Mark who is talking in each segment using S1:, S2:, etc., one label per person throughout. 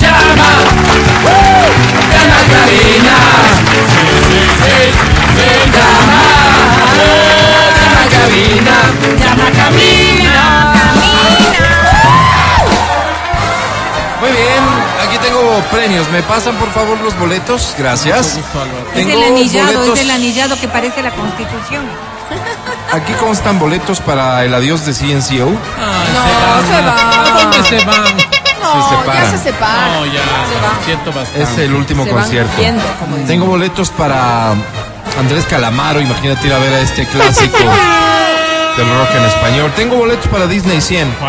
S1: llama, se llama Karina. Se llama, se llama Karina, se llama Karina. Muy bien, aquí tengo premios. ¿Me pasan por favor los boletos? Gracias.
S2: Es el anillado, es el anillado que parece la constitución.
S1: Aquí constan boletos para el adiós de CNCO.
S3: No, se va.
S4: ¿A dónde se van?
S3: No,
S1: se separa.
S3: ya se separa.
S4: No, ya,
S3: Se
S4: lo
S3: va.
S4: siento bastante.
S1: Es el último
S3: Se van
S1: concierto.
S3: huyendo, como dicen.
S1: Tengo boletos para Andrés Calamaro. Imagínate ir a ver a este clásico del rock en español. Tengo boletos para Disney 100.
S4: Wow.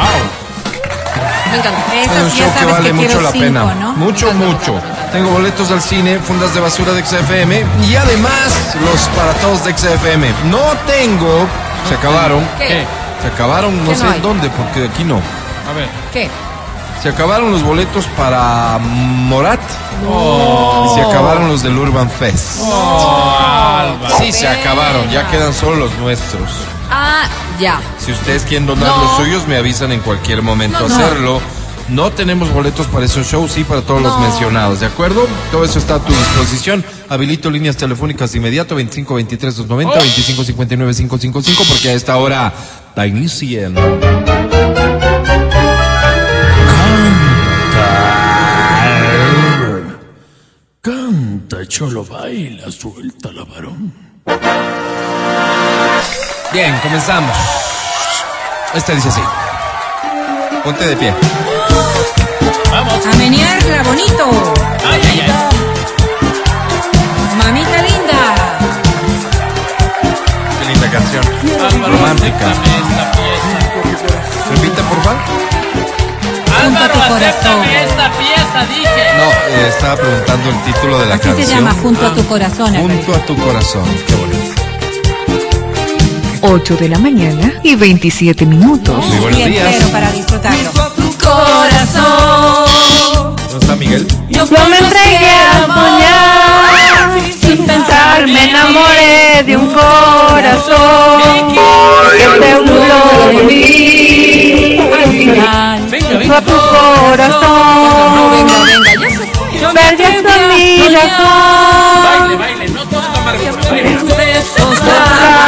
S3: Me encanta.
S2: De
S1: Es
S2: esos
S1: un
S2: ya
S1: show que
S2: sabes
S1: vale
S2: que
S1: mucho
S2: quiero
S1: la
S2: cinco,
S1: pena.
S2: ¿no?
S1: Mucho, mucho. Tengo boletos al cine, fundas de basura de XFM y además los para todos de XFM. No tengo, se acabaron,
S3: ¿Qué?
S1: se acabaron, no
S3: ¿Qué no
S1: sé
S3: hay?
S1: en dónde, porque aquí no.
S4: A ver.
S3: ¿Qué?
S1: Se acabaron los boletos para Morat y se acabaron los del Urban Fest.
S4: Álvaro.
S1: Sí, se acabaron, ya quedan solo los nuestros.
S3: Ah, ya.
S1: Si ustedes quieren donar
S3: No.
S1: los suyos, me avisan en cualquier momento
S3: No, no.
S1: hacerlo. No tenemos boletos para esos shows, sí para todos los
S3: No.
S1: mencionados, ¿de acuerdo? Todo eso está a tu disposición. Habilito líneas telefónicas de inmediato 25 23 290 25 59 555 porque a esta hora da inicio.
S5: Canta, cholo, baila, suelta la varón.
S1: Bien, comenzamos. Este dice así. Ponte de pie.
S4: Vamos.
S2: A menearla bonito.
S4: Ay, ay, ay.
S2: Mamita linda.
S1: Qué linda canción.
S4: Álvaro,
S1: Romántica.
S4: acéptame esta fiesta.
S1: Repite, por favor.
S4: Álvaro,
S2: tu corazón.
S4: acéptame esta fiesta, dije.
S1: No, eh, estaba preguntando el título de la
S2: Así se
S1: canción. Ah.
S2: llama, junto a tu corazón. Álvaro.
S1: Junto a tu corazón. Qué bonito.
S6: 8 de la mañana y 27 minutos.
S1: Muy buenos
S2: Bien,
S1: días.
S2: pero para disfrutarlo.
S1: ¿Dónde está Miguel?
S7: Yo me entregué a soñar, sin pensar me enamoré de un corazón que te burló de mí. Al final
S4: Venga,
S7: fue a
S4: venga.
S7: tu corazón,
S3: Venga, venga, ya se fue.
S7: perdí hasta mi razón.
S4: Baile, baile. No todo amargura. Baile.
S7: La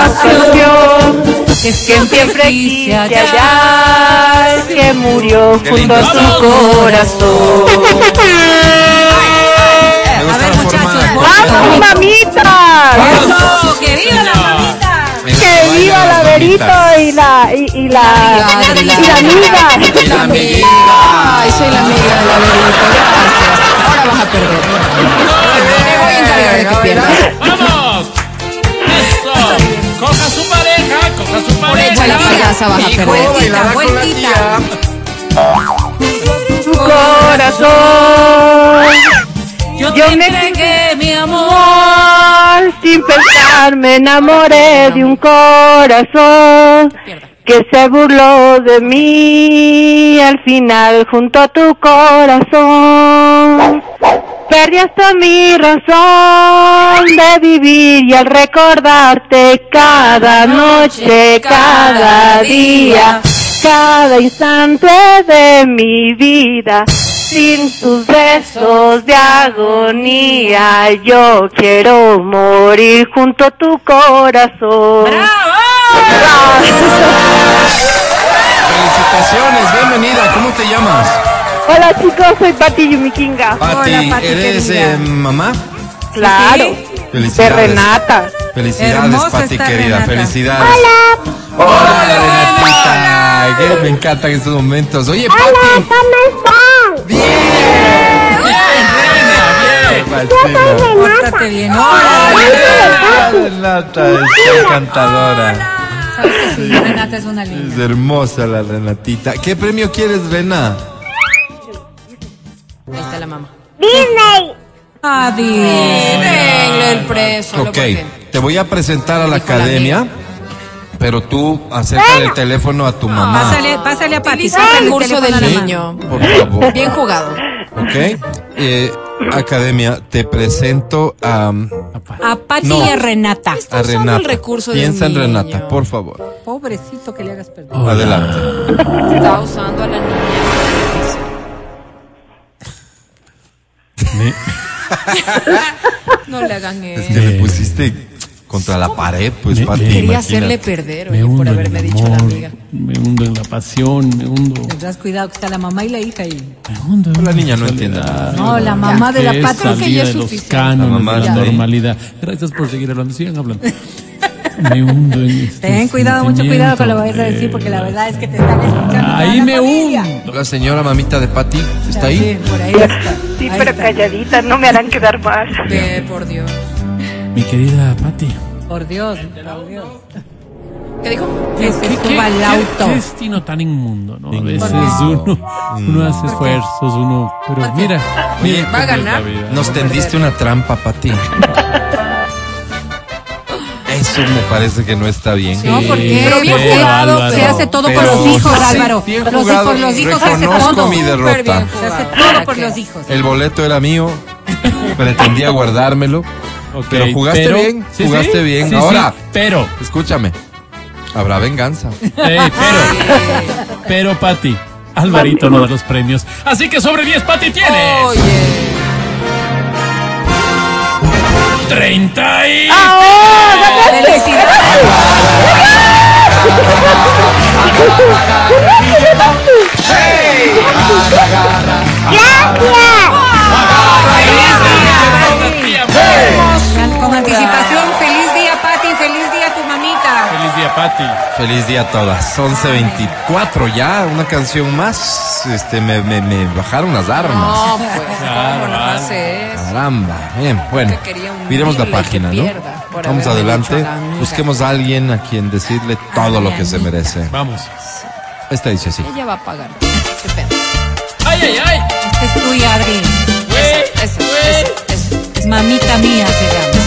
S7: canción
S2: Que
S7: que siempre quise hallar, que murió
S1: Qué
S7: junto a
S1: lindo.
S7: tu corazón.
S1: Me
S2: Eh, A
S1: gusta
S2: ver,
S1: la forma.
S2: muchachos,
S7: ¡Vamos, mamitas!
S2: ¡Eso! ¡Que viva la mamita!
S1: en la
S7: Que
S1: bailan
S7: viva la
S1: las
S7: Verito
S1: mamitas.
S7: y la y, y la
S3: Madre, la-
S7: y la amiga.
S1: Y la amiguita.
S3: Ay, soy la amiga de la verita. Gracias. Ahora vas a perder. Me voy a encargar de que pierdas.
S4: ¡Vamos! ¡Eso! ¡Coja su pareja! ¡Coja su
S3: Igual la
S4: pareja!
S3: payasa vas a
S1: Hijo,
S3: perder.
S1: bailará con la
S2: vueltita.
S1: tía.
S7: Tu corazón,
S2: Yo
S7: Yo
S2: te
S7: me-
S2: entregué, mi amor.
S7: amor, sin pensar me enamoré de un corazón que se burló de mí. Al final junto a tu corazón. Perdí hasta mi razón de vivir y al recordarte cada noche, cada día, cada instante de mi vida. Sin tus besos de agonía, yo quiero morir junto a tu corazón.
S1: Felicitaciones, bienvenida. ¿Cómo te llamas?
S7: Hola chicos, soy Pati Yumikinga.
S1: Pati,
S2: Pati, qué
S1: ¿eres
S2: linda.
S1: eh, mamá?
S7: Claro, de
S1: Felicidades.
S7: Renata.
S1: Felicidades,
S2: Hermosa
S1: Pati
S2: está
S1: querida.
S2: Renata.
S1: Felicidades. Hola. Hola, Renatita. Ay, que me encantan estos momentos. Oye, Pati. Bien. Bien, Rena, bien.
S2: Pórtate bien. Hola.
S1: Hola, Renata es encantadora.
S2: Sabes que sí, Renata es una linda.
S1: Es hermosa la Renatita. ¿Qué premio quieres, Rena?
S3: Ahí está la mamá.
S2: Adiós.
S3: Denle el preso.
S1: Ok, te voy a presentar a la academia, pero tú acerca el teléfono a tu mamá.
S2: Pásale, pásale a Pati.
S3: Utiliza
S2: pásale
S3: el
S2: el
S3: recurso
S2: teléfono
S3: del
S2: a la
S3: niño.
S1: Por favor.
S3: Bien jugado.
S1: Ok, eh, academia, te presento a,
S2: mamá. A Pati
S1: No.
S2: y a Renata.
S1: a
S3: usando
S1: Renata.
S3: el recurso de
S1: Piensa en
S3: un niño.
S1: Renata, por favor.
S2: Pobrecito que le hagas perder.
S1: Adelante.
S3: Está usando a la niña. No le hagan eso.
S1: Es que le pusiste contra la pared, pues,
S5: Me-
S1: Pati.
S5: me-
S3: Quería
S1: imagínate.
S3: hacerle perder,
S5: Me
S3: oye, por
S5: hundo en
S3: haberme
S5: el
S3: dicho la
S5: amor,
S3: amiga.
S5: me hundo en la pasión, me hundo.
S2: Tendrás cuidado que está la mamá y la hija ahí.
S5: Me hundo en
S1: La niña no entiende.
S5: soledad,
S2: No, la mamá de la
S5: que es
S2: patria.
S3: Creo que ya
S5: salida
S3: es
S5: de los
S3: suficiente.
S5: cánones
S1: La mamá
S5: de la
S1: está ahí.
S5: normalidad. Gracias por seguir hablando. Sigan hablando. Me hundo en este
S2: Ten cuidado, mucho cuidado con lo que vas a
S5: sentimiento
S2: decir, porque la
S5: de-
S2: verdad es que te están escuchando. toda
S5: Ahí
S2: la
S5: me
S2: familia.
S5: hundo.
S1: La señora mamita de Pati está
S2: Sí,
S1: ahí.
S2: por ahí está.
S7: Sí,
S2: Ahí
S7: pero
S2: está.
S7: calladita, no me harán quedar mal.
S3: Ve, por Dios.
S5: Mi querida Pati.
S2: Por Dios, por Dios.
S3: ¿Qué dijo?
S2: Que se
S5: ¿Qué,
S2: suba al
S5: qué-
S2: auto.
S5: qué destino tan inmundo, ¿no? A
S1: Inmundo. Mm.
S5: veces uno, uno hace esfuerzos, uno. Pero mira, mira
S3: Va a
S5: cómo es la
S3: ganar.
S5: vida.
S1: Nos tendiste una trampa, Pati. Eso me parece que no está bien.
S2: No, porque
S3: Pero bien jugado,
S2: se
S5: Álvaro.
S2: hace todo
S1: Pero
S2: por los hijos,
S1: sí,
S2: Álvaro.
S1: bien
S2: Lo sé,
S1: jugado.
S2: por los hijos se hace
S1: Reconozco
S2: todo.
S1: mi derrota.
S3: Súper bien
S2: Se hace
S3: jugado.
S2: todo
S3: ¿Para
S2: por
S3: qué?
S2: los hijos.
S1: El boleto era mío. Pretendía guardármelo.
S5: Ok,
S1: pero jugaste bien,
S5: sí,
S1: jugaste
S5: sí,
S1: bien.
S5: sí,
S1: Ahora,
S5: sí, pero,
S1: escúchame. Habrá venganza.
S5: ey, pero, pero, Pati, Alvarito no da los premios. Así que sobre 10, Pati, tienes.
S3: Oye.
S5: 30 y.
S3: Felicidades.
S2: Con anticipación, feliz día, Pati, feliz día a tu mamita.
S5: Feliz día, Pati.
S1: Feliz día a todas. 11.24 ya, una canción más. Este, me, me, me bajaron las armas.
S3: No, pues, ¿cómo no hace eso?
S1: Caramba. Bien, bueno.
S3: Te quería hundir
S1: Miremos la
S3: y que
S1: página, ¿no?
S3: pierda por
S1: Vamos
S3: haberme
S1: adelante.
S3: dicho a la amiga.
S1: Busquemos a alguien a quien decirle todo lo que se merece.
S5: Vamos.
S1: Esta dice así.
S3: Ella va a pagar. Qué pena.
S4: Ay, ay, ay.
S2: Esta es tuya, Adri.
S3: Eso, eso, eso.
S2: Mamita mía se llama.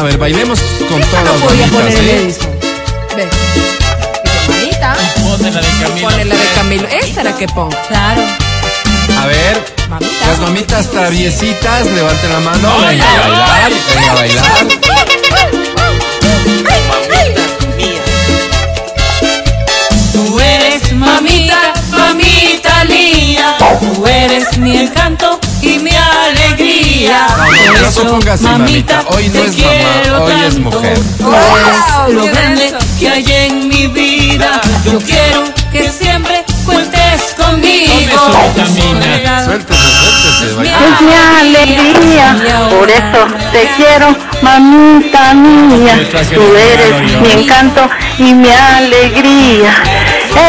S1: A ver, bailemos con todas
S2: No
S1: las
S2: podía
S1: manitas,
S2: poner el
S1: ¿eh?
S2: Edison.
S3: Ve. Y la Mamita.
S4: Ponte la de Camilo.
S3: Ponle la de Camilo. Esta era que pongo.
S2: Claro.
S1: A ver,
S3: Mamita.
S1: las mamitas traviesitas, levanten la mano.
S4: Ay,
S1: venga a
S4: ay,
S1: bailar, venga a bailar.
S2: Tú eres mamita, mamita mía. Tú eres mi encanto y mi alegría.
S1: No, no, no se ponga así, mamita. Hoy no es mamá, hoy es mujer.
S2: Wow,
S3: lo grande
S2: que hay en mi vida. Yo quiero que siempre cuentes
S5: Tome
S2: conmigo.
S5: su vitamina.
S1: Suéltese, suéltese, baila.
S7: Es mi Pues alegría, por eso te quiero, mamita mía. Tú eres mi encanto y mi alegría.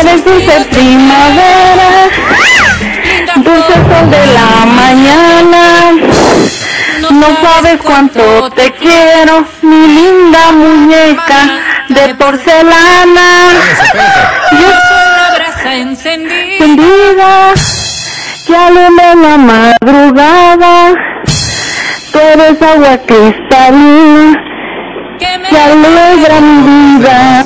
S7: Eres dulce primavera,
S1: Ah.
S7: dulce sol de la mañana. No sabes cuánto te quiero, mi linda muñeca de porcelana.
S1: Pégase, pégase.
S7: Yo
S2: Una brasa encendida.
S7: encendida que alumbra la madrugada. Tú eres agua cristalina
S2: Que me
S7: que alegra mi vida.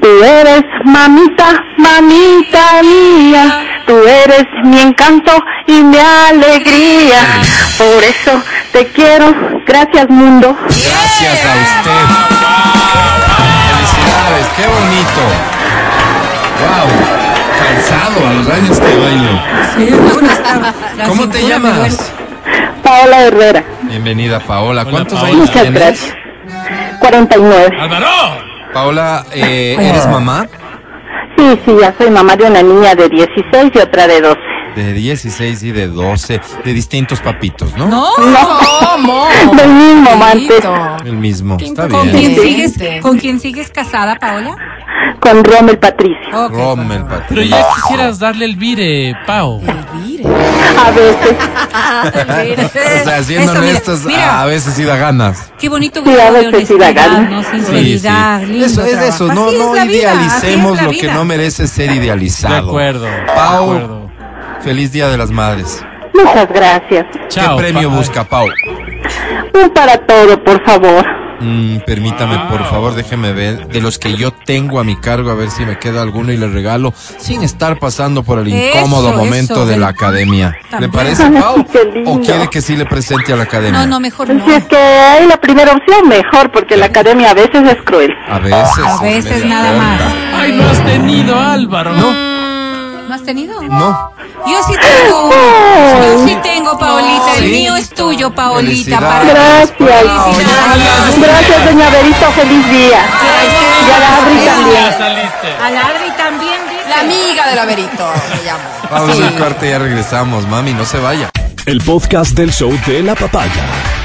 S7: Tú eres mamita, mamita mía. Tú eres mi encanto y mi alegría. Por eso te quiero. Gracias, mundo.
S1: Gracias a usted. Felicidades, qué bonito. Wow, cansado a los años te bailo.
S2: La
S1: ¿Cómo te
S2: cintura me duele.
S1: llamas?
S7: Paola Herrera.
S1: Bienvenida, Paola.
S5: Hola,
S1: ¿Cuántos
S5: Paola.
S1: años
S7: Muchas
S1: tienes?
S7: gracias. 49.
S5: ¡Álvaro!
S1: Paola, eh, ¿eres mamá?
S7: Sí, sí, ya soy mamá de una niña de 16 y otra de 12.
S1: De 16 y de 12, de distintos papitos, ¿no?
S2: Oh,
S3: No, ¿cómo?
S7: Del mismo mantel.
S1: El mismo, está
S2: ¿Con
S1: bien.
S2: quién,
S3: Excelente.
S2: sigues, ¿Con quién sigues casada, Paola?
S7: con Rommel Patricio.
S2: Ok,
S1: Rommel,
S5: Pero
S1: Patricia.
S5: ya quisieras darle el vire, Pau.
S7: A veces,
S1: Ah, O sea, siendo
S2: Ah, Eso, mira,
S1: honestos,
S2: mira.
S1: a veces sí da ganas.
S2: Qué bonito
S7: Sí,
S2: grupo de
S7: a veces sí da
S2: honestidad,
S7: ganas.
S2: ¿no?
S1: Sí, sí.
S2: Sinceridad, lindo
S1: Eso es
S2: trabajo.
S1: eso, no,
S2: Así es
S1: no
S2: la vida, así
S1: idealicemos
S2: es la
S1: lo que
S2: vida.
S1: no merece ser
S5: De
S1: idealizado.
S5: acuerdo.
S1: Pau.
S5: De acuerdo.
S1: Feliz Día de las Madres.
S7: muchas gracias.
S5: Chao,
S1: ¿Qué premio
S5: Pau.
S1: busca Pau?
S7: Un para todo, por favor.
S1: Mm, permítame, por favor, déjeme ver de los que yo tengo a mi cargo, a ver si me queda alguno y le regalo sin estar pasando por el
S2: Eso,
S1: incómodo
S2: eso,
S1: momento de
S2: del-
S1: la academia. ¿Le
S2: También.
S1: parece, Pau?
S7: Qué lindo.
S1: ¿O quiere que sí le presente a la academia?
S2: No, no, mejor no.
S7: Pues Si es que hay la primera opción, mejor, porque la academia a veces es cruel.
S1: A veces.
S2: A veces
S1: media
S2: nada
S1: cuerda.
S2: más.
S5: Ay, no has tenido, Álvaro. No.
S2: ¿No has tenido?
S1: No.
S2: Yo sí tengo uno. Yo sí tengo, Paolita. El
S1: Sí.
S2: mío es tuyo, Paolita.
S1: Felicidades.
S7: Gracias.
S2: Felicidades.
S7: Gracias, doña Berito. Feliz día. Y a la Adri
S5: Ya
S7: también.
S5: saliste.
S8: A la Adri también dice.
S2: La amiga del Averito, me llamo.
S1: Vamos
S2: Sí.
S1: al corte, ya regresamos, mami, no se vaya.
S9: El podcast del show de la papaya.